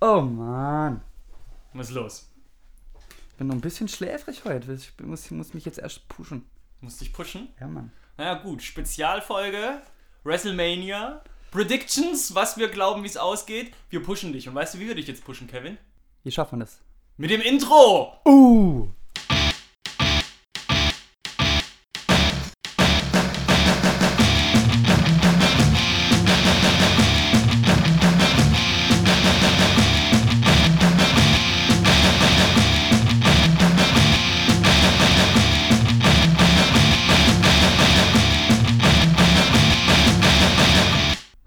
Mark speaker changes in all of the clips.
Speaker 1: Oh Mann.
Speaker 2: Was ist los?
Speaker 1: Ich bin noch ein bisschen schläfrig heute. Ich muss, ich muss mich jetzt erst pushen.
Speaker 2: Musst dich pushen?
Speaker 1: Ja, Mann.
Speaker 2: Naja, gut. Spezialfolge, WrestleMania, Predictions, was wir glauben, wie es ausgeht. Wir pushen dich. Und weißt du, wie wir dich jetzt pushen, Kevin?
Speaker 1: Wie schafft man das?
Speaker 2: Mit dem Intro!
Speaker 1: Uh!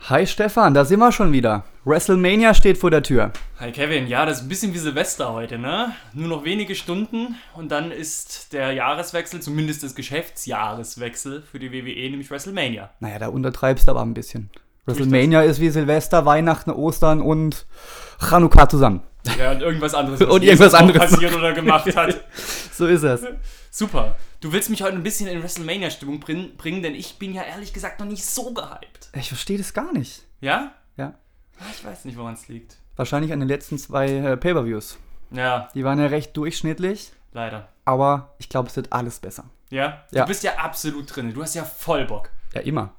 Speaker 1: Hi Stefan, da sind wir schon wieder. WrestleMania steht vor der Tür.
Speaker 2: Hi Kevin, ja, das ist ein bisschen wie Silvester heute, ne? Nur noch wenige Stunden und dann ist der Jahreswechsel, zumindest des Geschäftsjahreswechsel für die WWE, nämlich WrestleMania.
Speaker 1: Naja, da untertreibst du aber ein bisschen. WrestleMania ist wie Silvester, Weihnachten, Ostern und Chanukka zusammen.
Speaker 2: Ja, und irgendwas anderes.
Speaker 1: Und irgendwas
Speaker 2: Jesus auch
Speaker 1: anderes.
Speaker 2: passiert oder gemacht hat.
Speaker 1: So ist es.
Speaker 2: Super. Du willst mich heute ein bisschen in WrestleMania-Stimmung brin- bringen, denn ich bin ja ehrlich gesagt noch nicht so gehypt.
Speaker 1: Ich verstehe das gar nicht.
Speaker 2: Ja?
Speaker 1: Ja.
Speaker 2: Ah, Ich weiß nicht, woran es liegt.
Speaker 1: Wahrscheinlich an den letzten zwei äh, Pay-Per-Views.
Speaker 2: Ja,
Speaker 1: Die waren ja recht durchschnittlich,
Speaker 2: leider.
Speaker 1: aber ich glaube, es wird alles besser.
Speaker 2: Ja?
Speaker 1: Ja.
Speaker 2: Du bist ja absolut drin. Du hast ja voll Bock.
Speaker 1: Ja, immer.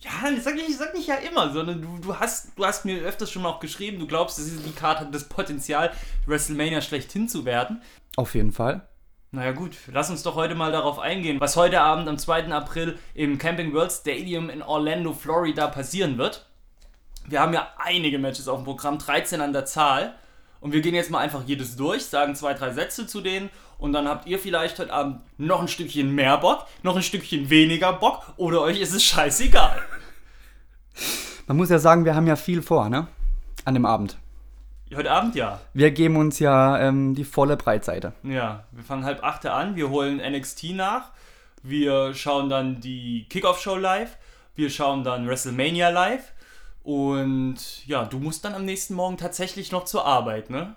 Speaker 2: Ja, sag nicht, sag nicht ja immer, sondern du, du, hast, du hast mir öfters schon mal auch geschrieben, du glaubst, dass diese- die Karte hat das Potenzial, WrestleMania schlechthin zu werden.
Speaker 1: Auf jeden Fall.
Speaker 2: Naja gut, lass uns doch heute mal darauf eingehen, was heute Abend am 2. April im Camping World Stadium in Orlando, Florida passieren wird. Wir haben ja einige Matches auf dem Programm, 13 an der Zahl. Und wir gehen jetzt mal einfach jedes durch, sagen zwei, drei Sätze zu denen und dann habt ihr vielleicht heute Abend noch ein Stückchen mehr Bock, noch ein Stückchen weniger Bock oder euch ist es scheißegal.
Speaker 1: Man muss ja sagen, wir haben ja viel vor, ne? An dem Abend.
Speaker 2: Heute Abend ja.
Speaker 1: Wir geben uns ja ähm, die volle Breitseite.
Speaker 2: Ja, wir fangen halb achte an, wir holen NXT nach, wir schauen dann die Kickoff-Show live, wir schauen dann WrestleMania live und ja, du musst dann am nächsten Morgen tatsächlich noch zur Arbeit, ne?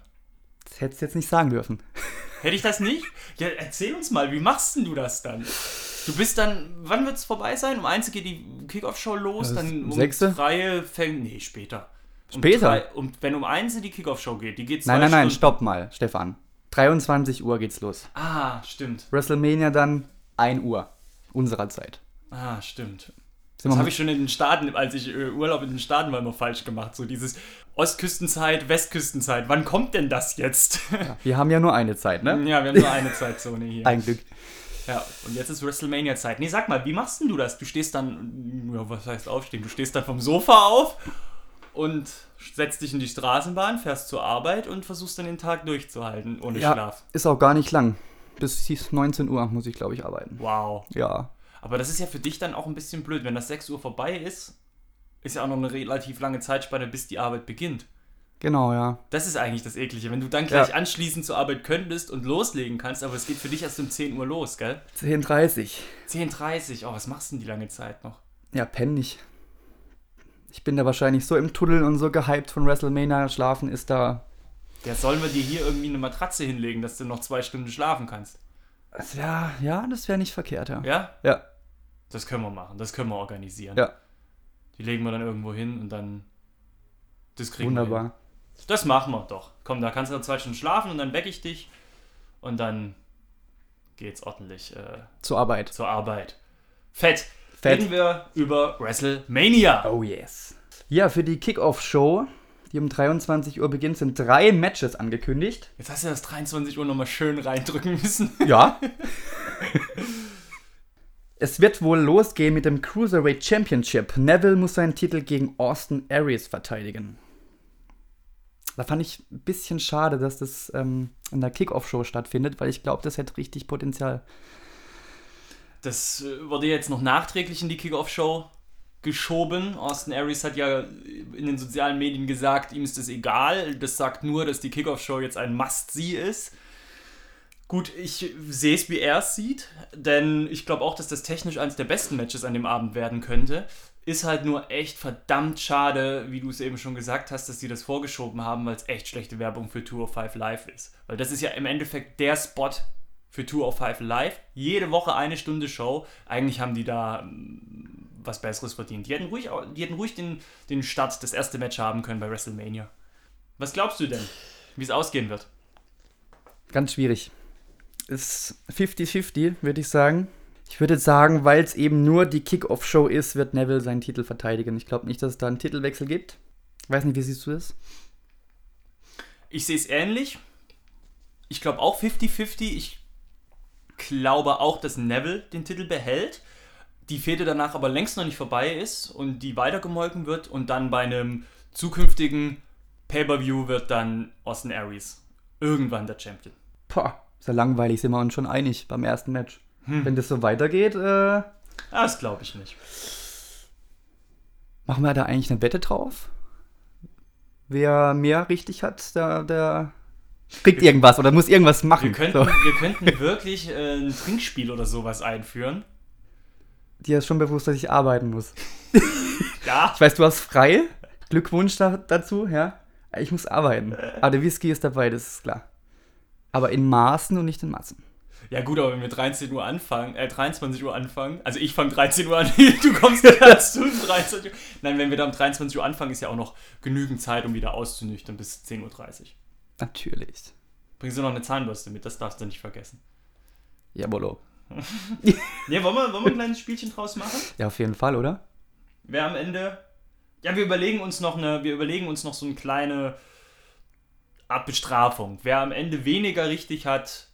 Speaker 1: Das hättest du jetzt nicht sagen dürfen.
Speaker 2: Hätte ich das nicht? Ja, erzähl uns mal, wie machst denn du das dann? Du bist dann, wann wird's vorbei sein? Um eins geht die Kickoff-Show los,
Speaker 1: Das ist
Speaker 2: dann
Speaker 1: um
Speaker 2: um
Speaker 1: sechste?
Speaker 2: drei fängt, nee, später. Um
Speaker 1: Später?
Speaker 2: Drei, um, wenn um eins die Kickoff-Show geht, die geht zwei
Speaker 1: Nein, nein, nein,
Speaker 2: Stunden.
Speaker 1: stopp mal, Stefan. 23 Uhr geht's los.
Speaker 2: Ah, stimmt.
Speaker 1: WrestleMania dann 1 Uhr unserer Zeit.
Speaker 2: Ah, stimmt.
Speaker 1: Sind
Speaker 2: Das
Speaker 1: wir
Speaker 2: habe ich schon in den Staaten, als ich äh, Urlaub in den Staaten war, immer falsch gemacht. So dieses Ostküstenzeit, Westküstenzeit. Wann kommt denn das jetzt?
Speaker 1: mit- wir haben ja nur eine Zeit, ne?
Speaker 2: ja, wir haben nur eine Zeitzone hier.
Speaker 1: Ein Glück.
Speaker 2: Ja, und jetzt ist WrestleMania-Zeit. Nee, sag mal, wie machst denn du das? Du stehst dann, ja, was heißt aufstehen? Du stehst dann vom Sofa auf und setzt dich in die Straßenbahn, fährst zur Arbeit und versuchst dann den Tag durchzuhalten ohne
Speaker 1: Ja,
Speaker 2: Schlaf.
Speaker 1: ist auch gar nicht lang. Bis 19 Uhr muss ich, glaube ich, arbeiten.
Speaker 2: Wow.
Speaker 1: Ja,
Speaker 2: Aber das ist ja für dich dann auch ein bisschen blöd. Wenn das 6 Uhr vorbei ist, ist ja auch noch eine relativ lange Zeitspanne, bis die Arbeit beginnt.
Speaker 1: genau, ja.
Speaker 2: Das ist eigentlich das Eklige, wenn du dann gleich
Speaker 1: Ja.
Speaker 2: anschließend zur Arbeit könntest und loslegen kannst, aber es geht für dich erst um 10 Uhr los, gell?
Speaker 1: 10.30
Speaker 2: 10.30 Uhr, oh, was machst du denn die lange Zeit noch?
Speaker 1: Ja, penn nicht. Ich bin da wahrscheinlich so im Tunnel und so gehypt von WrestleMania. Schlafen ist da.
Speaker 2: Ja, sollen wir dir hier irgendwie eine Matratze hinlegen, dass du noch zwei Stunden schlafen kannst?
Speaker 1: Also, Ja, ja, das wäre nicht verkehrt, ja.
Speaker 2: Ja?
Speaker 1: Ja,
Speaker 2: Das können wir machen, das können wir organisieren.
Speaker 1: Ja.
Speaker 2: Die legen wir dann irgendwo hin und dann. Das kriegen wir.
Speaker 1: wunderbar.
Speaker 2: Hin. Das machen wir doch. Komm, da kannst du noch zwei Stunden schlafen und dann wecke ich dich und dann geht's ordentlich äh,
Speaker 1: Zur Arbeit.
Speaker 2: zur Arbeit. Fett!
Speaker 1: Fett.
Speaker 2: Reden wir über WrestleMania.
Speaker 1: Oh yes. Ja, für die Kickoff-Show, die um 23 Uhr beginnt, sind drei Matches angekündigt.
Speaker 2: Jetzt hast du das 23 Uhr nochmal schön reindrücken müssen.
Speaker 1: Ja. es wird wohl losgehen mit dem Cruiserweight Championship. Neville muss seinen Titel gegen Austin Aries verteidigen. Da fand ich ein bisschen schade, dass das ähm, in der Kickoff-Show stattfindet, weil ich glaube, das hätte richtig Potenzial.
Speaker 2: Das äh, wurde jetzt noch nachträglich in die Kickoff-Show geschoben. Austin Aries hat ja in den sozialen Medien gesagt, ihm ist das egal. Das sagt nur, dass die Kickoff-Show jetzt ein Must-See ist. Gut, ich sehe es, wie er es sieht, denn ich glaube auch, dass das technisch eines der besten Matches an dem Abend werden könnte. Ist halt nur echt verdammt schade, wie du es eben schon gesagt hast, dass die das vorgeschoben haben, weil es echt schlechte Werbung für 205 Live ist. Weil das ist ja im Endeffekt der Spot für 205 Live. Jede Woche eine Stunde Show. Eigentlich haben die da mm, was Besseres verdient. Die hätten ruhig, au- die hätten ruhig den, den Start, das erste Match haben können bei WrestleMania. Was glaubst du denn, wie es ausgehen wird?
Speaker 1: Ganz schwierig. Ist 50-50, würde ich sagen. Ich würde sagen, weil es eben nur die Kickoff-Show ist, wird Neville seinen Titel verteidigen. Ich glaube nicht, dass es da einen Titelwechsel gibt. Weiß nicht, wie siehst du das?
Speaker 2: Ich sehe es ähnlich. Ich glaube auch 50-50. Ich glaube auch, dass Neville den Titel behält. Die Fehde danach aber längst noch nicht vorbei ist und die weitergemolken wird. Und dann bei einem zukünftigen Pay-Per-View wird dann Austin Aries irgendwann der Champion.
Speaker 1: Pah, ist ja langweilig, sind wir uns schon einig beim ersten Match.
Speaker 2: Hm.
Speaker 1: Wenn das so weitergeht, äh,
Speaker 2: Das glaube ich nicht.
Speaker 1: machen wir da eigentlich eine Wette drauf? Wer mehr richtig hat, der, der kriegt irgendwas oder muss irgendwas machen.
Speaker 2: Wir könnten,
Speaker 1: So.
Speaker 2: wir könnten wirklich äh, ein Trinkspiel oder sowas einführen.
Speaker 1: Dir ist schon bewusst, dass ich arbeiten muss.
Speaker 2: Ja,
Speaker 1: Ich weiß, du hast frei. Glückwunsch da, dazu, ja. Ich muss arbeiten. Aber der Whisky ist dabei, das ist klar. Aber in Maßen und nicht in Massen.
Speaker 2: Ja gut, aber wenn wir 13 Uhr anfangen, äh 23 Uhr anfangen, also ich fange 13 Uhr an, du kommst erst zu 13 Uhr. Nein, wenn wir da um 23 Uhr anfangen, ist ja auch noch genügend Zeit, um wieder auszunüchtern bis 10.30 Uhr.
Speaker 1: Natürlich.
Speaker 2: Bringst du noch eine Zahnbürste mit, das darfst du nicht vergessen.
Speaker 1: Jawollo.
Speaker 2: Ne, wollen wir, wollen wir ein kleines Spielchen draus machen?
Speaker 1: Ja, auf jeden Fall, oder?
Speaker 2: Wer am Ende... Ja, wir überlegen uns noch eine, wir überlegen uns noch so eine kleine Art Bestrafung. Wer am Ende weniger richtig hat,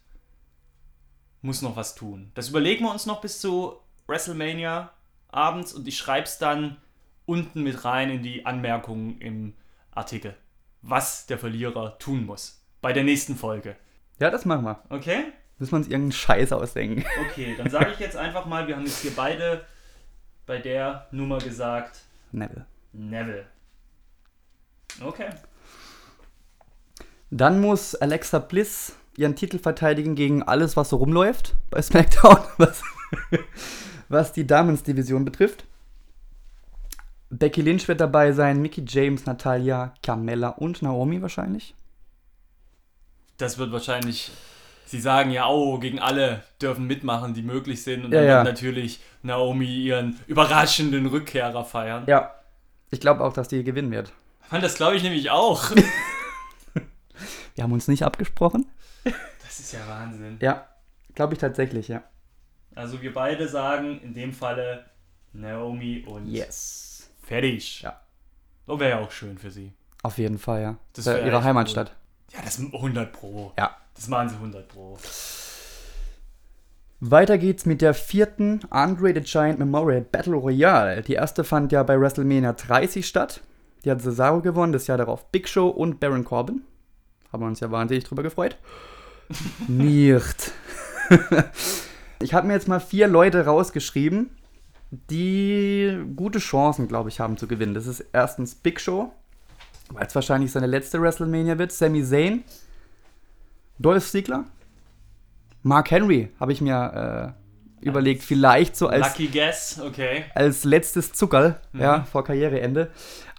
Speaker 2: muss noch was tun. Das überlegen wir uns noch bis zu WrestleMania abends und ich schreibe es dann unten mit rein in die Anmerkungen im Artikel, was der Verlierer tun muss bei der nächsten Folge.
Speaker 1: Ja, das machen wir.
Speaker 2: Okay?
Speaker 1: Müssen wir uns irgendeinen Scheiß ausdenken.
Speaker 2: Okay, dann sage ich jetzt einfach mal, wir haben jetzt hier beide bei der Nummer gesagt,
Speaker 1: Neville.
Speaker 2: Neville. Okay.
Speaker 1: Dann muss Alexa Bliss ihren Titel verteidigen gegen alles, was so rumläuft bei SmackDown, was, was die Damen-Division betrifft. Becky Lynch wird dabei sein, Mickey James, Natalia, Carmella und Naomi wahrscheinlich.
Speaker 2: Das wird wahrscheinlich. Sie sagen ja, oh, gegen alle dürfen mitmachen, die möglich sind. Und
Speaker 1: Ja,
Speaker 2: dann
Speaker 1: ja.
Speaker 2: wird natürlich Naomi ihren überraschenden Rückkehrer feiern.
Speaker 1: Ja, ich glaube auch, dass die gewinnen wird.
Speaker 2: Mann, das glaube ich nämlich auch.
Speaker 1: Wir haben uns nicht abgesprochen.
Speaker 2: Das ist ja Wahnsinn.
Speaker 1: Ja, glaube ich tatsächlich, ja.
Speaker 2: Also wir beide sagen in dem Falle Naomi und
Speaker 1: Yes.
Speaker 2: fertig.
Speaker 1: Ja.
Speaker 2: Das wäre ja auch schön für sie.
Speaker 1: Auf jeden Fall, ja.
Speaker 2: Das
Speaker 1: Das wär
Speaker 2: wär
Speaker 1: ihre
Speaker 2: echt
Speaker 1: Heimatstadt.
Speaker 2: Ja, das 100 Pro.
Speaker 1: Ja.
Speaker 2: Das machen sie 100 Pro.
Speaker 1: Weiter geht's mit der vierten Andre the Giant Memorial Battle Royale. Die erste fand ja bei WrestleMania 30 statt. Die hat Cesaro gewonnen, das Jahr darauf Big Show und Baron Corbin. Haben wir uns ja wahnsinnig drüber gefreut. Nicht. ich habe mir jetzt mal vier Leute rausgeschrieben, die gute Chancen, glaube ich, haben zu gewinnen. Das ist erstens Big Show, weil es wahrscheinlich seine letzte WrestleMania wird. Sami Zayn, Dolph Ziggler, Mark Henry habe ich mir äh, überlegt, vielleicht so als
Speaker 2: Lucky Guess, okay.
Speaker 1: als letztes Zuckerl ja,
Speaker 2: Mhm.
Speaker 1: vor Karriereende.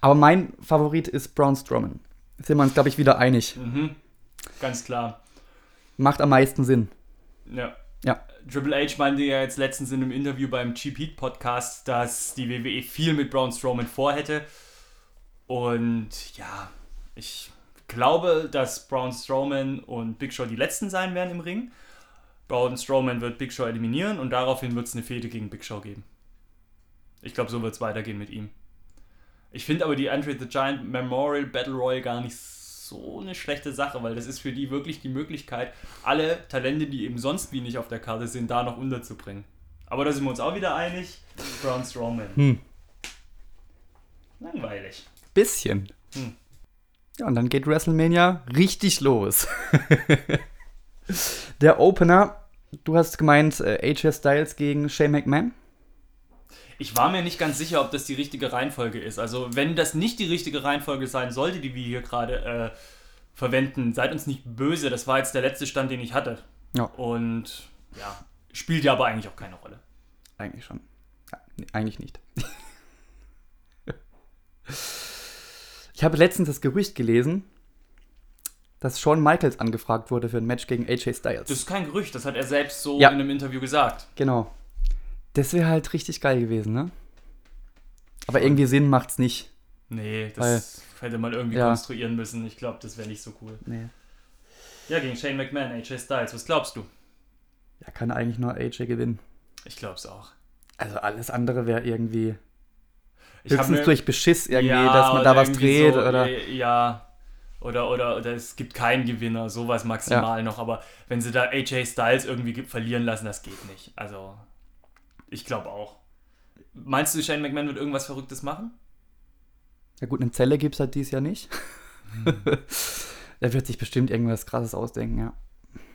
Speaker 1: Aber mein Favorit ist Braun Strowman. Sind wir uns, glaube ich, wieder einig.
Speaker 2: Mhm. Ganz klar.
Speaker 1: Macht am meisten Sinn.
Speaker 2: Ja.
Speaker 1: Ja.
Speaker 2: Triple H meinte ja jetzt letztens in einem Interview beim Cheap Heat Podcast, dass die WWE viel mit Braun Strowman vorhätte. Und ja, ich glaube, dass Braun Strowman und Big Show die letzten sein werden im Ring. Braun Strowman wird Big Show eliminieren und daraufhin wird es eine Fehde gegen Big Show geben. Ich glaube, so wird es weitergehen mit ihm. Ich finde aber die Andre the Giant Memorial Battle Royale gar nicht so eine schlechte Sache, weil das ist für die wirklich die Möglichkeit, alle Talente, die eben sonst wie nicht auf der Karte sind, da noch unterzubringen. Aber da sind wir uns auch wieder einig. Braun Strowman.
Speaker 1: Hm.
Speaker 2: Langweilig.
Speaker 1: Bisschen.
Speaker 2: Hm.
Speaker 1: Ja, und dann geht WrestleMania richtig los. Der Opener, du hast gemeint, äh, AJ Styles gegen Shane McMahon.
Speaker 2: Ich war mir nicht ganz sicher, ob das die richtige Reihenfolge ist. Also, wenn das nicht die richtige Reihenfolge sein sollte, die wir hier gerade äh, verwenden, seid uns nicht böse. Das war jetzt der letzte Stand, den ich hatte.
Speaker 1: Ja.
Speaker 2: Und ja, spielt ja aber eigentlich auch keine Rolle.
Speaker 1: Eigentlich schon. Ja, nee, eigentlich nicht. ich habe letztens das Gerücht gelesen, dass Shawn Michaels angefragt wurde für ein Match gegen AJ Styles.
Speaker 2: Das ist kein Gerücht, das hat er selbst so
Speaker 1: Ja.
Speaker 2: in einem Interview gesagt.
Speaker 1: Genau. Das wäre halt richtig geil gewesen, ne? Aber irgendwie Sinn macht's nicht.
Speaker 2: Nee,
Speaker 1: Weil-
Speaker 2: das hätte man irgendwie
Speaker 1: Ja.
Speaker 2: konstruieren müssen. Ich glaube, das wäre nicht so cool.
Speaker 1: Nee.
Speaker 2: Ja, gegen Shane McMahon, AJ Styles, was glaubst du?
Speaker 1: Ja, kann eigentlich nur AJ gewinnen.
Speaker 2: Ich glaub's auch.
Speaker 1: Also alles andere wäre irgendwie
Speaker 2: Ich hab
Speaker 1: höchstens
Speaker 2: mir-
Speaker 1: durch Beschiss irgendwie,
Speaker 2: Ja,
Speaker 1: dass man da
Speaker 2: oder
Speaker 1: was
Speaker 2: irgendwie
Speaker 1: dreht
Speaker 2: so,
Speaker 1: oder
Speaker 2: äh, Ja. Oder, oder, oder es gibt keinen Gewinner, sowas maximal noch. Aber wenn sie da AJ Styles irgendwie ge- verlieren lassen, das geht nicht. Also, ich glaube auch. Meinst du, Shane McMahon wird irgendwas Verrücktes machen?
Speaker 1: ja gut, eine Zelle gibt's halt dies Jahr nicht.
Speaker 2: Hm.
Speaker 1: er wird sich bestimmt irgendwas krasses ausdenken, ja.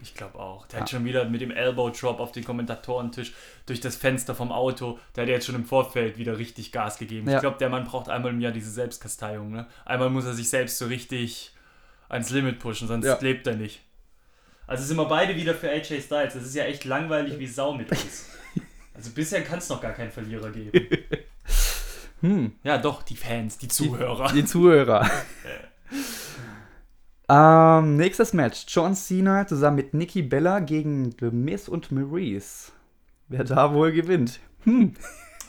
Speaker 2: Ich glaube auch. Der hat schon wieder mit dem Elbow Drop auf den Kommentatorentisch durch das Fenster vom Auto. Der hat ja jetzt schon im Vorfeld wieder richtig Gas gegeben. Ich
Speaker 1: Ja.
Speaker 2: glaube, der Mann braucht einmal im Jahr diese Selbstkasteiung. Ne? Einmal muss er sich selbst so richtig ans Limit pushen, sonst
Speaker 1: Ja.
Speaker 2: lebt er nicht. Also sind wir beide wieder für AJ Styles. Das ist ja echt langweilig wie Sau mit uns. Also bisher kann es noch gar keinen Verlierer geben.
Speaker 1: Hm,
Speaker 2: Ja, doch, die Fans, die Zuhörer.
Speaker 1: die Zuhörer. ähm, nächstes Match. John Cena zusammen mit Nikki Bella gegen The Miz und Maurice. Wer da wohl gewinnt? Hm.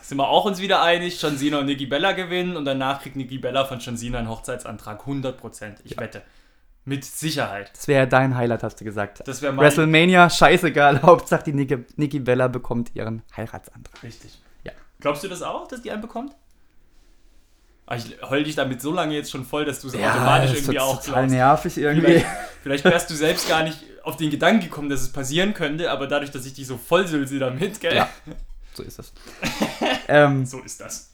Speaker 2: Sind wir auch uns wieder einig, John Cena und Nikki Bella gewinnen und danach kriegt Nikki Bella von John Cena einen Hochzeitsantrag. 100%. Ich wette. Mit Sicherheit.
Speaker 1: Das wäre dein Highlight, hast du gesagt.
Speaker 2: Das wäre mein...
Speaker 1: WrestleMania, scheißegal. Hauptsache, die Nikki, Nikki Bella bekommt ihren Heiratsantrag.
Speaker 2: Richtig.
Speaker 1: Ja.
Speaker 2: Glaubst du das auch, dass die einen bekommt? Ah, ich heul dich damit so lange jetzt schon voll, dass du es automatisch irgendwie
Speaker 1: ist
Speaker 2: auch
Speaker 1: total
Speaker 2: glaubst.
Speaker 1: nervig irgendwie.
Speaker 2: Vielleicht, vielleicht wärst du selbst gar nicht auf den Gedanken gekommen, dass es passieren könnte, aber dadurch, dass ich dich so vollsülse damit, gell?
Speaker 1: Ja. So ist das. ähm,
Speaker 2: So ist das.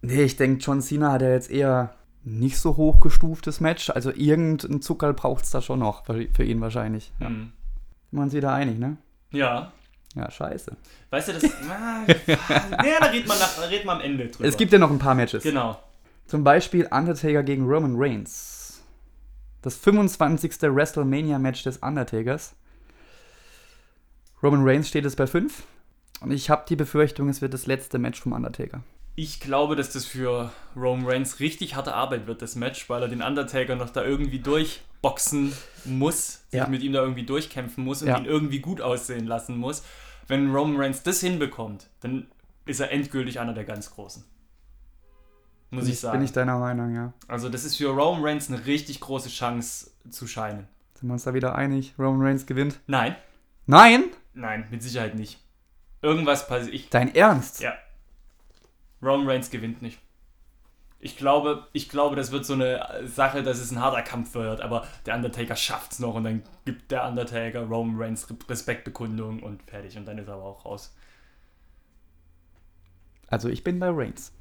Speaker 1: Nee, ich denke, John Cena hat ja jetzt eher nicht so hochgestuftes Match. Also irgendein Zuckerl braucht es da schon noch, für für ihn wahrscheinlich. Ja.
Speaker 2: Hm.
Speaker 1: Sind wir uns wieder einig, ne?
Speaker 2: Ja.
Speaker 1: Ja, scheiße.
Speaker 2: Weißt du, das. Ah, ja, da redet man, nach, da redet man am Ende drüber.
Speaker 1: Es gibt ja noch ein paar Matches.
Speaker 2: Genau.
Speaker 1: Zum Beispiel Undertaker gegen Roman Reigns. Das 25. WrestleMania-Match des Undertakers. Roman Reigns steht jetzt bei 5. Und ich habe die Befürchtung, es wird das letzte Match vom Undertaker.
Speaker 2: Ich glaube, dass das für Roman Reigns richtig harte Arbeit wird, das Match, weil er den Undertaker noch da irgendwie durchboxen muss,
Speaker 1: Ja.
Speaker 2: sich mit ihm da irgendwie durchkämpfen muss und
Speaker 1: Ja.
Speaker 2: ihn irgendwie gut aussehen lassen muss. Wenn Roman Reigns das hinbekommt, dann ist er endgültig einer der ganz Großen. Muss ich sagen.
Speaker 1: Bin ich deiner Meinung, ja.
Speaker 2: also das ist für Roman Reigns eine richtig große Chance zu scheinen.
Speaker 1: Sind wir uns da wieder einig? Roman Reigns gewinnt.
Speaker 2: Nein,
Speaker 1: Nein!
Speaker 2: nein, mit Sicherheit nicht. Irgendwas passiert. Ich-
Speaker 1: Dein Ernst?
Speaker 2: Ja. Roman Reigns gewinnt nicht. Ich glaube, ich glaube, das wird so eine Sache, dass es ein harter Kampf wird, aber der Undertaker schafft's noch und dann gibt der Undertaker Roman Reigns Re- Respektbekundung und fertig und dann ist er aber auch raus.
Speaker 1: Also ich bin bei Reigns.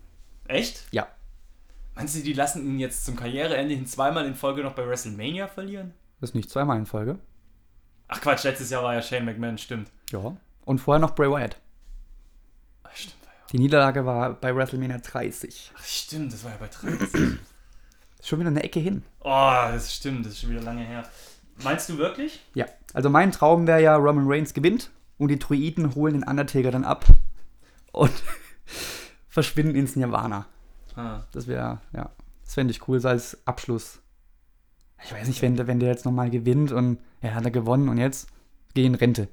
Speaker 2: Echt?
Speaker 1: Ja.
Speaker 2: Meinst du, die lassen ihn jetzt zum Karriereende hin zweimal in Folge noch bei WrestleMania verlieren?
Speaker 1: Das ist nicht zweimal in Folge.
Speaker 2: Ach Quatsch, letztes Jahr war ja Shane McMahon, stimmt.
Speaker 1: Ja. Und vorher noch Bray Wyatt.
Speaker 2: Ach, stimmt, war ja-
Speaker 1: Die Niederlage war bei WrestleMania 30.
Speaker 2: ach, stimmt, das war ja bei 30.
Speaker 1: Ist schon wieder eine Ecke hin.
Speaker 2: Oh, das stimmt, das ist schon wieder lange her. Meinst du wirklich?
Speaker 1: Ja. Also mein Traum wäre ja, Roman Reigns gewinnt und die Druiden holen den Undertaker dann ab und verschwinden ins Nirvana.
Speaker 2: Ah.
Speaker 1: Das wäre, ja, das fände ich cool, so als Abschluss. Ich weiß nicht, wenn, der- wenn der jetzt nochmal gewinnt und ja, hat er gewonnen und jetzt gehen Rente.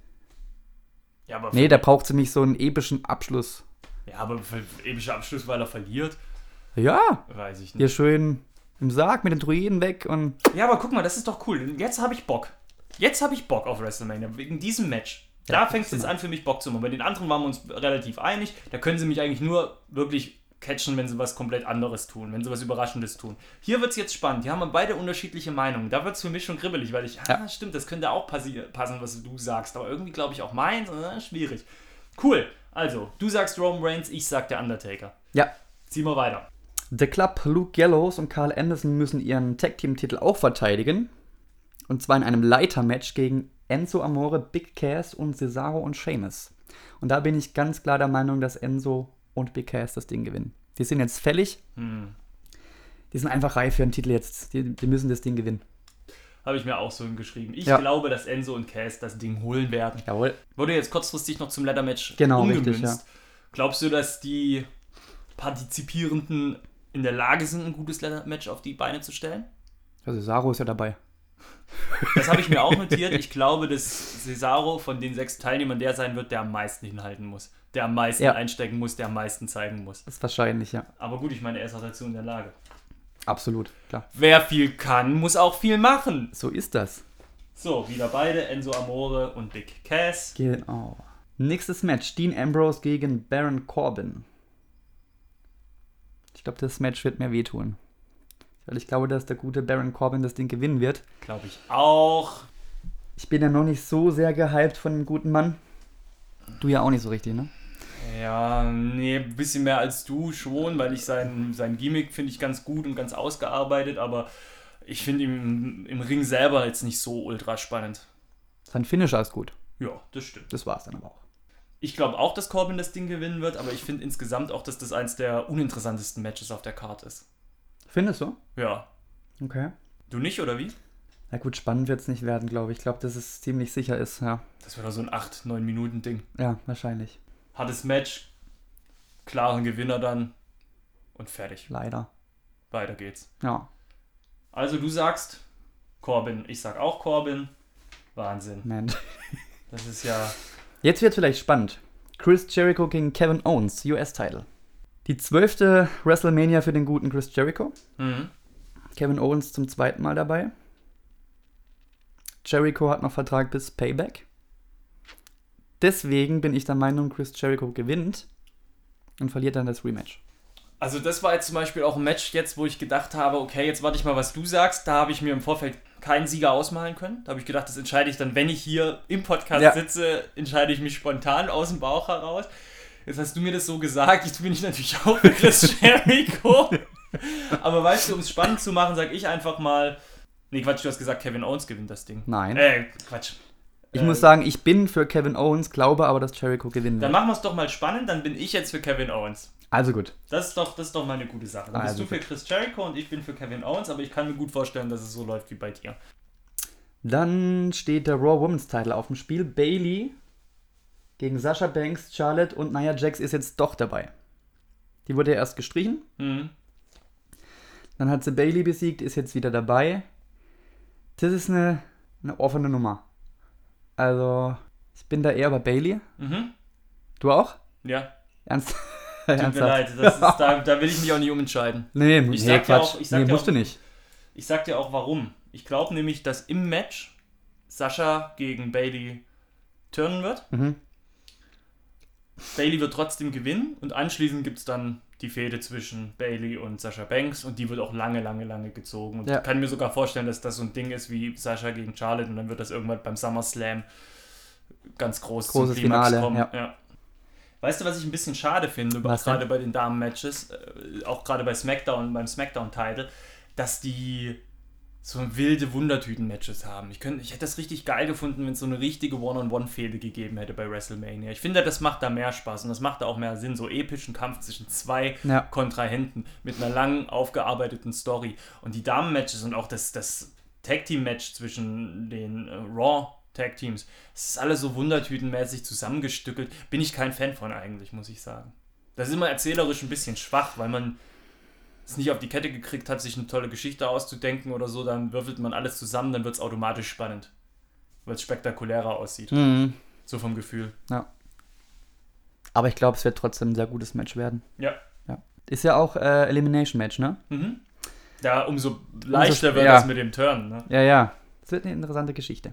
Speaker 2: Ja, aber
Speaker 1: Nee, da braucht sie nicht so einen epischen Abschluss.
Speaker 2: Ja, aber für- epischer Abschluss, weil er verliert,
Speaker 1: Ja,
Speaker 2: weiß ich
Speaker 1: hier
Speaker 2: nicht.
Speaker 1: schön im Sarg mit den Druiden weg und
Speaker 2: Ja, aber guck mal, das ist doch cool. Jetzt habe ich Bock. Jetzt habe ich Bock auf WrestleMania wegen diesem Match. Da
Speaker 1: Ja, genau.
Speaker 2: fängt es jetzt an, für mich Bock zu machen. Bei den anderen waren wir uns relativ einig. Da können sie mich eigentlich nur wirklich catchen, wenn sie was komplett anderes tun, wenn sie was Überraschendes tun. Hier wird es jetzt spannend. Hier haben wir beide unterschiedliche Meinungen. Da wird es für mich schon kribbelig, weil ich, ja.
Speaker 1: Ja.
Speaker 2: ah, stimmt, das könnte auch passi- passen, was du sagst. Aber irgendwie glaube ich auch meins, äh, schwierig. Cool. Also, du sagst Roman Reigns, ich sag der Undertaker.
Speaker 1: ja,
Speaker 2: Ziehen wir weiter.
Speaker 1: The Club, Luke Gallows und Carl Anderson müssen ihren Tag-Team-Titel auch verteidigen. Und zwar in einem Leiter-Match gegen Enzo Amore, Big Cass und Cesaro und Sheamus. Und da bin ich ganz klar der Meinung, dass Enzo und Big Cass das Ding gewinnen. Die sind jetzt fällig. Die sind einfach reif für den Titel jetzt. Die, die müssen das Ding gewinnen.
Speaker 2: Habe ich mir auch so hingeschrieben. Ich
Speaker 1: Ja.
Speaker 2: glaube, dass Enzo und Cass das Ding holen werden.
Speaker 1: Jawohl.
Speaker 2: Wurde jetzt kurzfristig noch zum Ladder-Match
Speaker 1: Genau,
Speaker 2: umgemünzt.
Speaker 1: richtig, ja.
Speaker 2: Glaubst du, dass die Partizipierenden in der Lage sind, ein gutes Ladder-Match auf die Beine zu stellen?
Speaker 1: Ja, Cesaro ist ja dabei.
Speaker 2: Das habe ich mir auch notiert. Ich glaube, dass Cesaro von den sechs Teilnehmern der sein wird, der am meisten hinhalten muss, der am meisten
Speaker 1: Ja.
Speaker 2: einstecken muss, der am meisten zeigen muss.
Speaker 1: Das ist wahrscheinlich, ja.
Speaker 2: Aber gut, ich meine, er ist auch dazu in der Lage.
Speaker 1: Absolut, klar.
Speaker 2: Wer viel kann, muss auch viel machen.
Speaker 1: So ist das.
Speaker 2: So, wieder beide, Enzo Amore und Big Cass.
Speaker 1: Genau. Nächstes Match: Dean Ambrose gegen Baron Corbin. Ich glaube, das Match wird mir wehtun. Weil ich glaube, dass der gute Baron Corbin das Ding gewinnen wird.
Speaker 2: Glaube ich auch.
Speaker 1: Ich bin ja noch nicht so sehr gehypt von dem guten Mann. Du ja auch nicht so richtig, ne?
Speaker 2: Ja, nee, ein bisschen mehr als du schon, weil ich sein, sein Gimmick finde ich ganz gut und ganz ausgearbeitet, aber ich finde ihn im, im Ring selber jetzt nicht so ultra spannend.
Speaker 1: Sein Finisher ist gut.
Speaker 2: Ja, das stimmt.
Speaker 1: Das war's dann aber auch.
Speaker 2: Ich glaube auch, dass Corbin das Ding gewinnen wird, aber ich finde insgesamt auch, dass das eins der uninteressantesten Matches auf der Card ist.
Speaker 1: Findest du?
Speaker 2: Ja.
Speaker 1: Okay.
Speaker 2: Du nicht, oder wie?
Speaker 1: Na gut, spannend wird's nicht werden, glaube ich. Ich glaube, dass es ziemlich sicher ist, ja.
Speaker 2: Das wäre doch so ein 8-9-Minuten-Ding.
Speaker 1: Ja, wahrscheinlich.
Speaker 2: Hartes Match, klaren Gewinner dann und fertig.
Speaker 1: Leider.
Speaker 2: Weiter geht's.
Speaker 1: Ja,
Speaker 2: Also du sagst Corbin, ich sag auch Corbin. Wahnsinn.
Speaker 1: Mensch.
Speaker 2: Das ist ja.
Speaker 1: Jetzt wird vielleicht spannend. Chris Jericho gegen Kevin Owens, US-Title. Die zwölfte WrestleMania für den guten Chris Jericho.
Speaker 2: Mhm.
Speaker 1: Kevin Owens zum zweiten Mal dabei. Jericho hat noch Vertrag bis Payback. Deswegen bin ich der Meinung, Chris Jericho gewinnt und verliert dann das Rematch.
Speaker 2: Also das war jetzt zum Beispiel auch ein Match jetzt, wo ich gedacht habe, okay, jetzt warte ich mal, was du sagst. Da habe ich mir im Vorfeld keinen Sieger ausmalen können. Da habe ich gedacht, das entscheide ich dann, wenn ich hier im Podcast
Speaker 1: Ja.
Speaker 2: sitze, entscheide ich mich spontan aus dem Bauch heraus. Jetzt hast du mir das so gesagt, jetzt bin ich natürlich auch für Chris Jericho. Aber weißt du, um es spannend zu machen, sage ich einfach mal, nee, Quatsch, du hast gesagt, Kevin Owens gewinnt das Ding.
Speaker 1: Nein.
Speaker 2: Äh, Quatsch.
Speaker 1: ich
Speaker 2: äh,
Speaker 1: muss sagen, ich bin für Kevin Owens, glaube aber, dass Jericho gewinnen
Speaker 2: Dann
Speaker 1: wird.
Speaker 2: machen wir es doch mal spannend, dann bin ich jetzt für Kevin Owens.
Speaker 1: Also gut.
Speaker 2: Das ist doch, das ist doch mal eine gute Sache. Dann bist
Speaker 1: Also
Speaker 2: du für Chris Jericho und ich bin für Kevin Owens, aber ich kann mir gut vorstellen, dass es so läuft wie bei dir.
Speaker 1: Dann steht der Raw Women's Title auf dem Spiel. Bailey gegen Sasha Banks, Charlotte und Nia Jax ist jetzt doch dabei. Die wurde ja erst gestrichen,
Speaker 2: Mhm.
Speaker 1: dann hat sie Bailey besiegt, ist jetzt wieder dabei. Das ist eine, eine offene Nummer. Also, ich bin da eher bei Bailey.
Speaker 2: Mhm.
Speaker 1: Du auch?
Speaker 2: Ja.
Speaker 1: Ernst?
Speaker 2: Tut mir leid, das ist, da, da will ich mich auch nicht umentscheiden.
Speaker 1: Nee,
Speaker 2: Ich
Speaker 1: nee,
Speaker 2: sag dir
Speaker 1: Quatsch.
Speaker 2: auch- ich sag
Speaker 1: nee,
Speaker 2: dir
Speaker 1: musst
Speaker 2: auch-
Speaker 1: du nicht.
Speaker 2: Ich sag dir auch warum. Ich glaube nämlich, dass im Match Sascha gegen Bailey turnen wird.
Speaker 1: Mhm.
Speaker 2: Bailey wird trotzdem gewinnen und anschließend gibt es dann die Fehde zwischen Bailey und Sascha Banks und die wird auch lange, lange, lange gezogen. Und
Speaker 1: Ja.
Speaker 2: ich kann mir sogar vorstellen, dass das so ein Ding ist wie Sascha gegen Charlotte und dann wird das irgendwann beim SummerSlam ganz groß
Speaker 1: Großes Finale, ja.
Speaker 2: Weißt du, was ich ein bisschen schade finde,
Speaker 1: Was denn?
Speaker 2: gerade bei den Damen-Matches, äh, auch gerade bei SmackDown, beim SmackDown-Title, dass die so wilde Wundertüten-Matches haben. Ich, könnte, ich hätte das richtig geil gefunden, wenn es so eine richtige One-on-One-Fehde gegeben hätte bei WrestleMania. Ich finde, das macht da mehr Spaß und das macht da auch mehr Sinn, so epischen Kampf zwischen zwei
Speaker 1: Ja.
Speaker 2: Kontrahenten mit einer langen, aufgearbeiteten Story. Und die Damen-Matches und auch das, das Tag-Team-Match zwischen den äh, Raw. Tag-Teams. Es ist alles so wundertütenmäßig zusammengestückelt. Bin ich kein Fan von eigentlich, muss ich sagen. Das ist immer erzählerisch ein bisschen schwach, weil man es nicht auf die Kette gekriegt hat, sich eine tolle Geschichte auszudenken oder so, dann würfelt man alles zusammen, dann wird es automatisch spannend. Weil es spektakulärer aussieht.
Speaker 1: Mhm.
Speaker 2: So vom Gefühl.
Speaker 1: Aber ich glaube, es wird trotzdem ein sehr gutes Match werden.
Speaker 2: Ja.
Speaker 1: ja. Ist ja auch äh, Elimination Match, ne?
Speaker 2: Mhm. Da umso leichter wird
Speaker 1: ja.
Speaker 2: das mit dem Turn. Ne?
Speaker 1: Ja, ja. Es wird eine interessante Geschichte.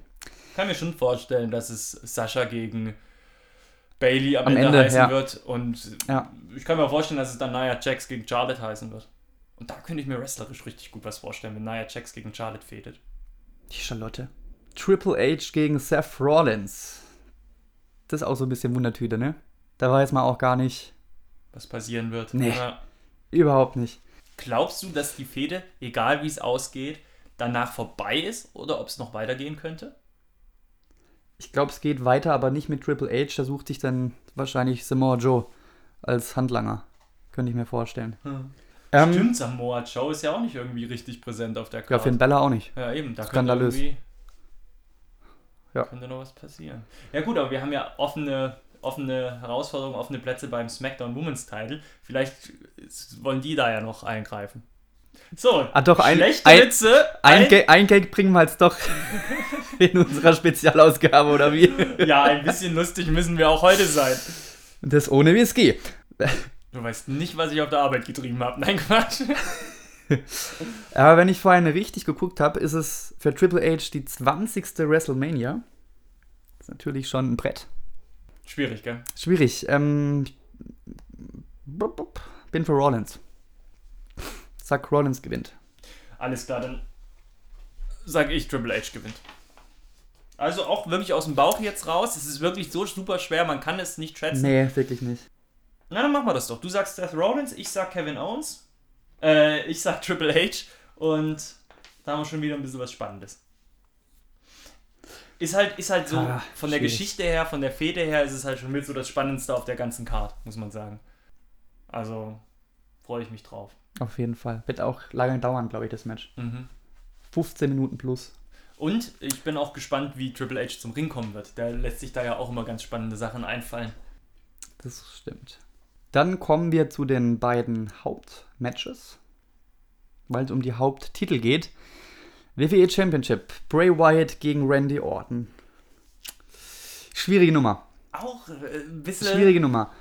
Speaker 2: Kann mir schon vorstellen, dass es Sascha gegen Bailey am,
Speaker 1: Am
Speaker 2: Ende,
Speaker 1: Ende,
Speaker 2: heißen
Speaker 1: ja.
Speaker 2: wird. Und
Speaker 1: Ja.
Speaker 2: ich kann mir vorstellen, dass es dann Nia Jax gegen Charlotte heißen wird. Und da könnte ich mir wrestlerisch richtig gut was vorstellen, wenn Nia Jax gegen Charlotte fädet.
Speaker 1: Die Charlotte. Triple H gegen Seth Rollins. Das ist auch so ein bisschen Wundertüte, ne? Da weiß man auch gar nicht.
Speaker 2: Was passieren wird.
Speaker 1: Nee.
Speaker 2: Ja.
Speaker 1: Überhaupt nicht.
Speaker 2: Glaubst du, dass die Fehde, egal wie es ausgeht, danach vorbei ist oder ob es noch weitergehen könnte?
Speaker 1: Ich glaube, es geht weiter, aber nicht mit Triple H. Da sucht sich dann wahrscheinlich Samoa Joe als Handlanger. Könnte ich mir vorstellen. Ähm,
Speaker 2: Stimmt, Samoa Joe ist ja auch nicht irgendwie richtig präsent auf der
Speaker 1: Ja, Finn
Speaker 2: Karte.
Speaker 1: Bella auch nicht.
Speaker 2: Ja, eben, da könnte
Speaker 1: Skandalös.
Speaker 2: irgendwie
Speaker 1: Ja.
Speaker 2: könnte noch was passieren. Ja gut, aber wir haben ja offene, offene Herausforderungen, offene Plätze beim SmackDown Women's Title. Vielleicht äh, wollen die da ja noch eingreifen. So,
Speaker 1: Ah, doch, ein-
Speaker 2: schlechte
Speaker 1: ein-
Speaker 2: Witze.
Speaker 1: Ein, Ga- ein Gag bringen wir jetzt doch in unserer Spezialausgabe, oder wie?
Speaker 2: ja, ein bisschen lustig müssen wir auch heute sein.
Speaker 1: Das ohne Whisky.
Speaker 2: Du weißt nicht, was ich auf der Arbeit getrieben habe. Nein, Quatsch.
Speaker 1: Aber wenn ich vorhin richtig geguckt habe, ist es für Triple H die 20. WrestleMania. ist natürlich schon ein Brett.
Speaker 2: Schwierig, gell?
Speaker 1: Schwierig. Ähm, bup, bup. bin für Rollins. Zack, Rollins gewinnt.
Speaker 2: Alles klar, dann sage ich, Triple H gewinnt. Also auch wirklich aus dem Bauch jetzt raus. Es ist wirklich so super schwer, man kann es nicht schätzen.
Speaker 1: Nee, wirklich nicht.
Speaker 2: Na, dann machen wir das doch. Du sagst Seth Rollins, ich sag Kevin Owens, äh, ich sag Triple H und da haben wir schon wieder ein bisschen was Spannendes. Ist halt, ist halt so,
Speaker 1: Ah,
Speaker 2: von der
Speaker 1: schwierig.
Speaker 2: Geschichte her, von der Fehde her, ist es halt schon mit so das Spannendste auf der ganzen Card, muss man sagen. Also, freue ich mich drauf.
Speaker 1: Auf jeden Fall. Wird auch lange dauern, glaube ich, das Match. 15 Minuten plus.
Speaker 2: Und ich bin auch gespannt, wie Triple H zum Ring kommen wird. Der lässt sich da ja auch immer ganz spannende Sachen einfallen.
Speaker 1: Das stimmt. Dann kommen wir zu den beiden Hauptmatches, weil es um die Haupttitel geht. WWE Championship, Bray Wyatt gegen Randy Orton. Schwierige Nummer,
Speaker 2: Auch äh, ein bisschen.
Speaker 1: schwierige Nummer.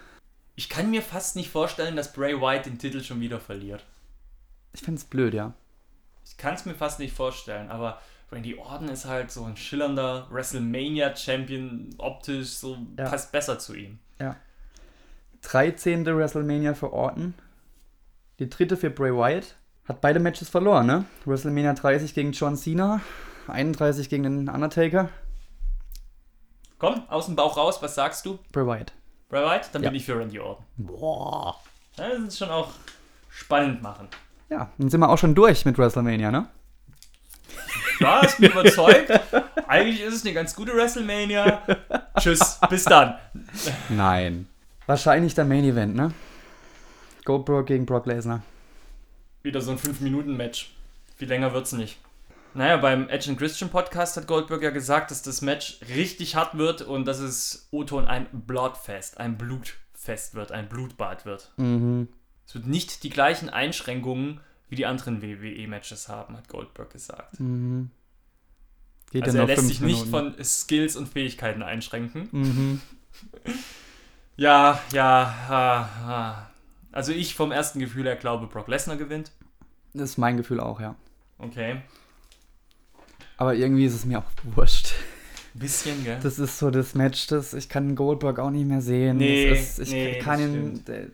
Speaker 2: Ich kann mir fast nicht vorstellen, dass Bray Wyatt den Titel schon wieder verliert.
Speaker 1: Ich find's blöd, ja.
Speaker 2: Ich kann es mir fast nicht vorstellen, aber Randy Orton ist halt so ein schillernder WrestleMania-Champion, optisch, so
Speaker 1: Ja.
Speaker 2: passt besser zu ihm.
Speaker 1: 13. WrestleMania für Orton, die dritte für Bray Wyatt. Hat beide Matches verloren, ne? WrestleMania 30 gegen John Cena, 31 gegen den Undertaker,
Speaker 2: Komm, aus dem Bauch raus, was sagst du?
Speaker 1: Bray Wyatt.
Speaker 2: Bray Wyatt? Dann
Speaker 1: Ja.
Speaker 2: bin ich für Randy Orton.
Speaker 1: Boah.
Speaker 2: Ja, Das ist schon auch spannend machen.
Speaker 1: Ja, dann sind wir auch schon durch mit WrestleMania, ne?
Speaker 2: Ja, ich bin überzeugt. Eigentlich ist es eine ganz gute WrestleMania. Tschüss, bis dann.
Speaker 1: Nein. Wahrscheinlich der Main Event, ne? Goldberg gegen Brock Lesnar.
Speaker 2: Wieder so ein 5-Minuten-Match. Viel länger wird's nicht. Naja, beim Edge and Christian Podcast hat Goldberg ja gesagt, dass das Match richtig hart wird und dass es Oton ein Bloodfest, ein Blutfest wird, ein Blutbad wird.
Speaker 1: Mhm.
Speaker 2: Es wird nicht die gleichen Einschränkungen wie die anderen WWE-Matches haben, hat Goldberg gesagt.
Speaker 1: Mhm. Geht
Speaker 2: also
Speaker 1: ja
Speaker 2: er
Speaker 1: nur
Speaker 2: lässt
Speaker 1: fünf
Speaker 2: sich
Speaker 1: Minuten.
Speaker 2: nicht von Skills und Fähigkeiten einschränken.
Speaker 1: Mhm.
Speaker 2: Ja, ja, ha, ha. also ich vom ersten Gefühl her glaube, Brock Lesnar gewinnt.
Speaker 1: Das ist mein Gefühl auch, ja.
Speaker 2: Okay.
Speaker 1: Aber irgendwie ist es mir auch wurscht.
Speaker 2: Ein bisschen, gell?
Speaker 1: Das ist so das Match, das ich kann Goldberg auch nicht mehr sehen.
Speaker 2: Nee,
Speaker 1: das ist, ich
Speaker 2: nee,
Speaker 1: kann
Speaker 2: das
Speaker 1: ihn.
Speaker 2: stimmt.
Speaker 1: der-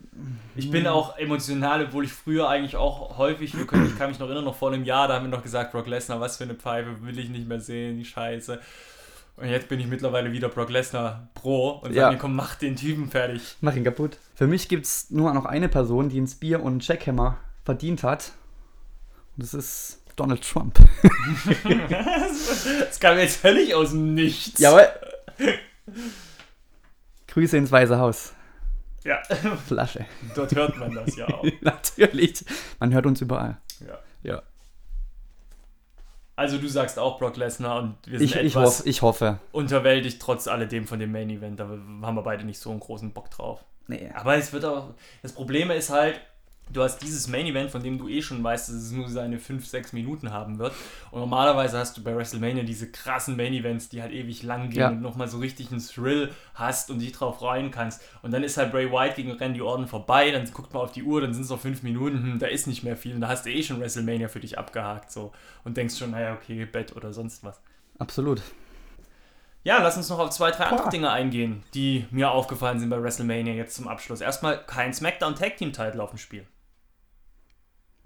Speaker 2: Ich
Speaker 1: Hm.
Speaker 2: bin auch emotional, obwohl ich früher eigentlich auch häufig, wir können, ich kann mich noch erinnern, noch vor einem Jahr, da haben wir noch gesagt, Brock Lesnar, was für eine Pfeife, will ich nicht mehr sehen, die Scheiße. Und jetzt bin ich mittlerweile wieder Brock Lesnar Pro und sage
Speaker 1: Ja.
Speaker 2: mir, komm, mach den Typen fertig.
Speaker 1: Mach ihn kaputt. Für mich gibt es nur noch eine Person, die einen Spear und einen Jackhammer verdient hat. Und das ist Donald Trump.
Speaker 2: Das kam jetzt völlig aus dem Nichts.
Speaker 1: Jawohl. Grüße ins Weiße Haus.
Speaker 2: ja.
Speaker 1: Flasche.
Speaker 2: Dort hört man das ja auch.
Speaker 1: Natürlich. Man hört uns überall.
Speaker 2: Ja.
Speaker 1: Ja.
Speaker 2: Also du sagst auch Brock Lesnar und wir sind
Speaker 1: Ich, ich,
Speaker 2: etwas
Speaker 1: hoff, ich hoffe.
Speaker 2: unterwältigt trotz alledem von dem Main Event, da haben wir beide nicht so einen großen Bock drauf.
Speaker 1: Nee.
Speaker 2: Aber es wird auch. Das Problem ist halt, du hast dieses Main Event, von dem du eh schon weißt, dass es nur seine 5, 6 Minuten haben wird. Und normalerweise hast du bei WrestleMania diese krassen Main Events, die halt ewig lang gehen
Speaker 1: Ja.
Speaker 2: und nochmal so richtig einen Thrill hast und dich drauf freuen kannst. Und dann ist halt Bray Wyatt gegen Randy Orton vorbei, dann guckt man auf die Uhr, dann sind es noch 5 Minuten, hm, da ist nicht mehr viel und da hast du eh schon WrestleMania für dich abgehakt so. Und denkst schon, naja, okay, Bett oder sonst was.
Speaker 1: Absolut.
Speaker 2: Ja, lass uns noch auf zwei, drei andere
Speaker 1: Klar.
Speaker 2: Dinge eingehen, die mir aufgefallen sind bei WrestleMania jetzt zum Abschluss. Erstmal kein SmackDown Tag Team Title auf dem Spiel.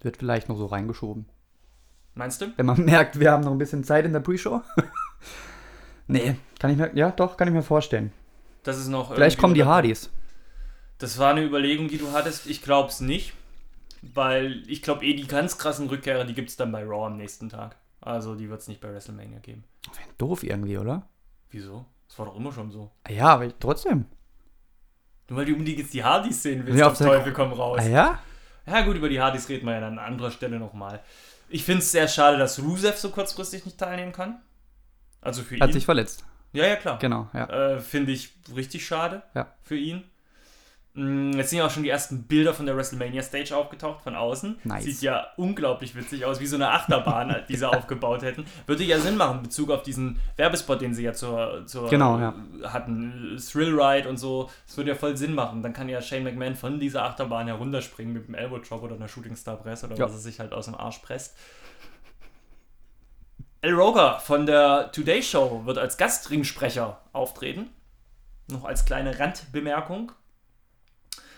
Speaker 1: Wird vielleicht noch so reingeschoben.
Speaker 2: Meinst du?
Speaker 1: Wenn man merkt, wir haben noch ein bisschen Zeit in der Pre-Show. nee, kann ich mir, ja doch, kann ich mir vorstellen.
Speaker 2: Das ist noch
Speaker 1: Vielleicht
Speaker 2: irgendwie-
Speaker 1: kommen die Hardys.
Speaker 2: Das war eine Überlegung, die du hattest. Ich glaube es nicht, weil ich glaube eh die ganz krassen Rückkehrer, die gibt es dann bei Raw am nächsten Tag. Also die wird es nicht bei WrestleMania geben.
Speaker 1: Doof irgendwie, oder?
Speaker 2: Wieso? Das war doch immer schon so.
Speaker 1: Ah Ja, aber ich- trotzdem.
Speaker 2: Nur weil du unbedingt jetzt die Hardys sehen willst,
Speaker 1: Ja,
Speaker 2: auf
Speaker 1: auf der-
Speaker 2: Teufel komm raus.
Speaker 1: Ah ja?
Speaker 2: Ja gut, über die Hardys reden wir ja dann an anderer Stelle nochmal. Ich finde es sehr schade, dass Rusev so kurzfristig nicht teilnehmen kann. Also für
Speaker 1: Hat
Speaker 2: ihn.
Speaker 1: sich verletzt.
Speaker 2: Ja, ja, klar.
Speaker 1: Genau, ja.
Speaker 2: Äh, Finde ich richtig schade
Speaker 1: Ja.
Speaker 2: für ihn. Mm, Jetzt sind ja auch schon die ersten Bilder von der WrestleMania Stage aufgetaucht von außen.
Speaker 1: Nice.
Speaker 2: Sieht ja unglaublich witzig aus, wie so eine Achterbahn, halt, die sie aufgebaut hätten. Würde ja Sinn machen in Bezug auf diesen Werbespot, den sie ja zur, zur
Speaker 1: Genau, ja.
Speaker 2: hatten. Thrill Ride und so. Das würde ja voll Sinn machen. Dann kann ja Shane McMahon von dieser Achterbahn herunterspringen mit einem Elbow Drop oder einer Shooting Star Press oder
Speaker 1: Ja.
Speaker 2: was er sich halt aus dem Arsch presst. El Roger von der Today Show wird als Gastringsprecher auftreten. Noch als kleine Randbemerkung.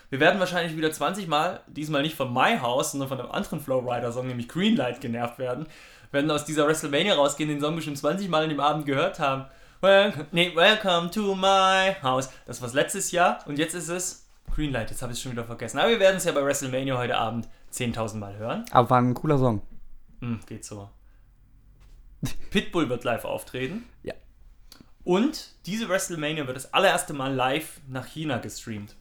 Speaker 2: Wir werden wahrscheinlich wieder 20 Mal, diesmal nicht von My House, sondern von einem anderen Flowrider-Song, nämlich Greenlight, genervt werden. Werden aus dieser WrestleMania rausgehen, den Song bestimmt 20 Mal in dem Abend gehört haben. Welcome, nee, welcome to my house. Das war's letztes Jahr und jetzt ist es Greenlight. Jetzt habe ich es schon wieder vergessen. Aber wir werden es ja bei WrestleMania heute Abend 10.000 Mal hören.
Speaker 1: Aber war ein cooler Song.
Speaker 2: Hm, geht so. Pitbull wird live auftreten.
Speaker 1: Ja.
Speaker 2: Und diese WrestleMania wird das allererste Mal live nach China gestreamt.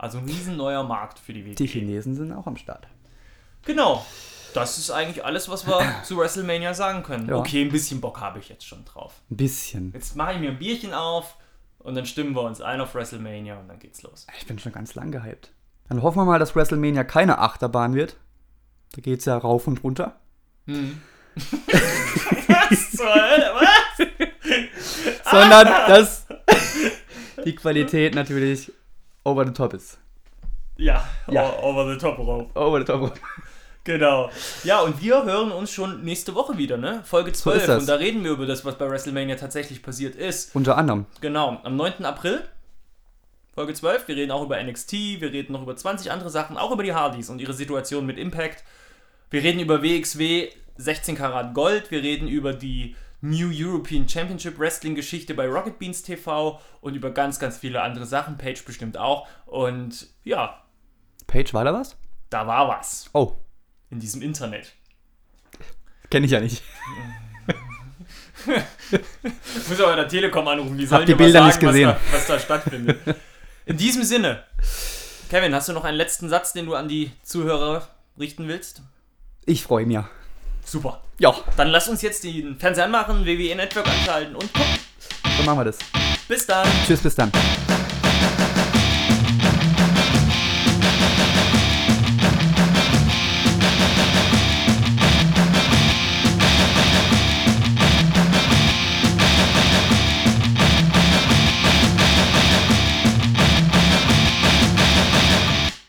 Speaker 2: Also ein riesen neuer Markt für die E. WWE.
Speaker 1: Die Chinesen sind auch am Start.
Speaker 2: Genau. Das ist eigentlich alles, was wir zu WrestleMania sagen können.
Speaker 1: Ja.
Speaker 2: Okay, ein bisschen Bock habe ich jetzt schon drauf.
Speaker 1: Ein bisschen.
Speaker 2: Jetzt mache ich mir ein Bierchen auf und dann stimmen wir uns ein auf WrestleMania und dann geht's los.
Speaker 1: Ich bin schon ganz lang gehypt. Dann hoffen wir mal, dass WrestleMania keine Achterbahn wird. Da geht's ja rauf und runter.
Speaker 2: Was zur Hölle? Was?
Speaker 1: Sondern, dass die Qualität natürlich over the top ist.
Speaker 2: Ja,
Speaker 1: Ja.
Speaker 2: o- over the top rope.
Speaker 1: Over the top.
Speaker 2: Genau. Ja, und wir hören uns schon nächste Woche wieder, ne? Folge 12.
Speaker 1: ist das.
Speaker 2: und da reden wir über das, was bei WrestleMania tatsächlich passiert ist.
Speaker 1: Unter anderem.
Speaker 2: Genau, am 9. April. Folge 12, wir reden auch über NXT, wir reden noch über 20 andere Sachen, auch über die Hardys und ihre Situation mit Impact. Wir reden über WXW 16 Karat Gold, wir reden über die New European Championship Wrestling Geschichte bei Rocket Beans TV und über ganz, ganz viele andere Sachen, Page bestimmt auch. Und ja,
Speaker 1: Page, war da was?
Speaker 2: da war was
Speaker 1: Oh,
Speaker 2: in diesem Internet.
Speaker 1: kenne ich ja nicht.
Speaker 2: Ich muss aber bei der Telekom anrufen, die sollen
Speaker 1: die
Speaker 2: dir mal
Speaker 1: Bilder
Speaker 2: sagen,
Speaker 1: nicht gesehen.
Speaker 2: Was, da, was da stattfindet. In diesem Sinne, Kevin, hast du noch einen letzten Satz, den du an die Zuhörer richten willst?
Speaker 1: Ich freue mich. ja.
Speaker 2: Super.
Speaker 1: Ja,
Speaker 2: Dann lass uns jetzt den Fernseher anmachen, WWE Network E anschalten und gucken.
Speaker 1: dann machen wir das.
Speaker 2: Bis dann.
Speaker 1: Tschüss, bis dann.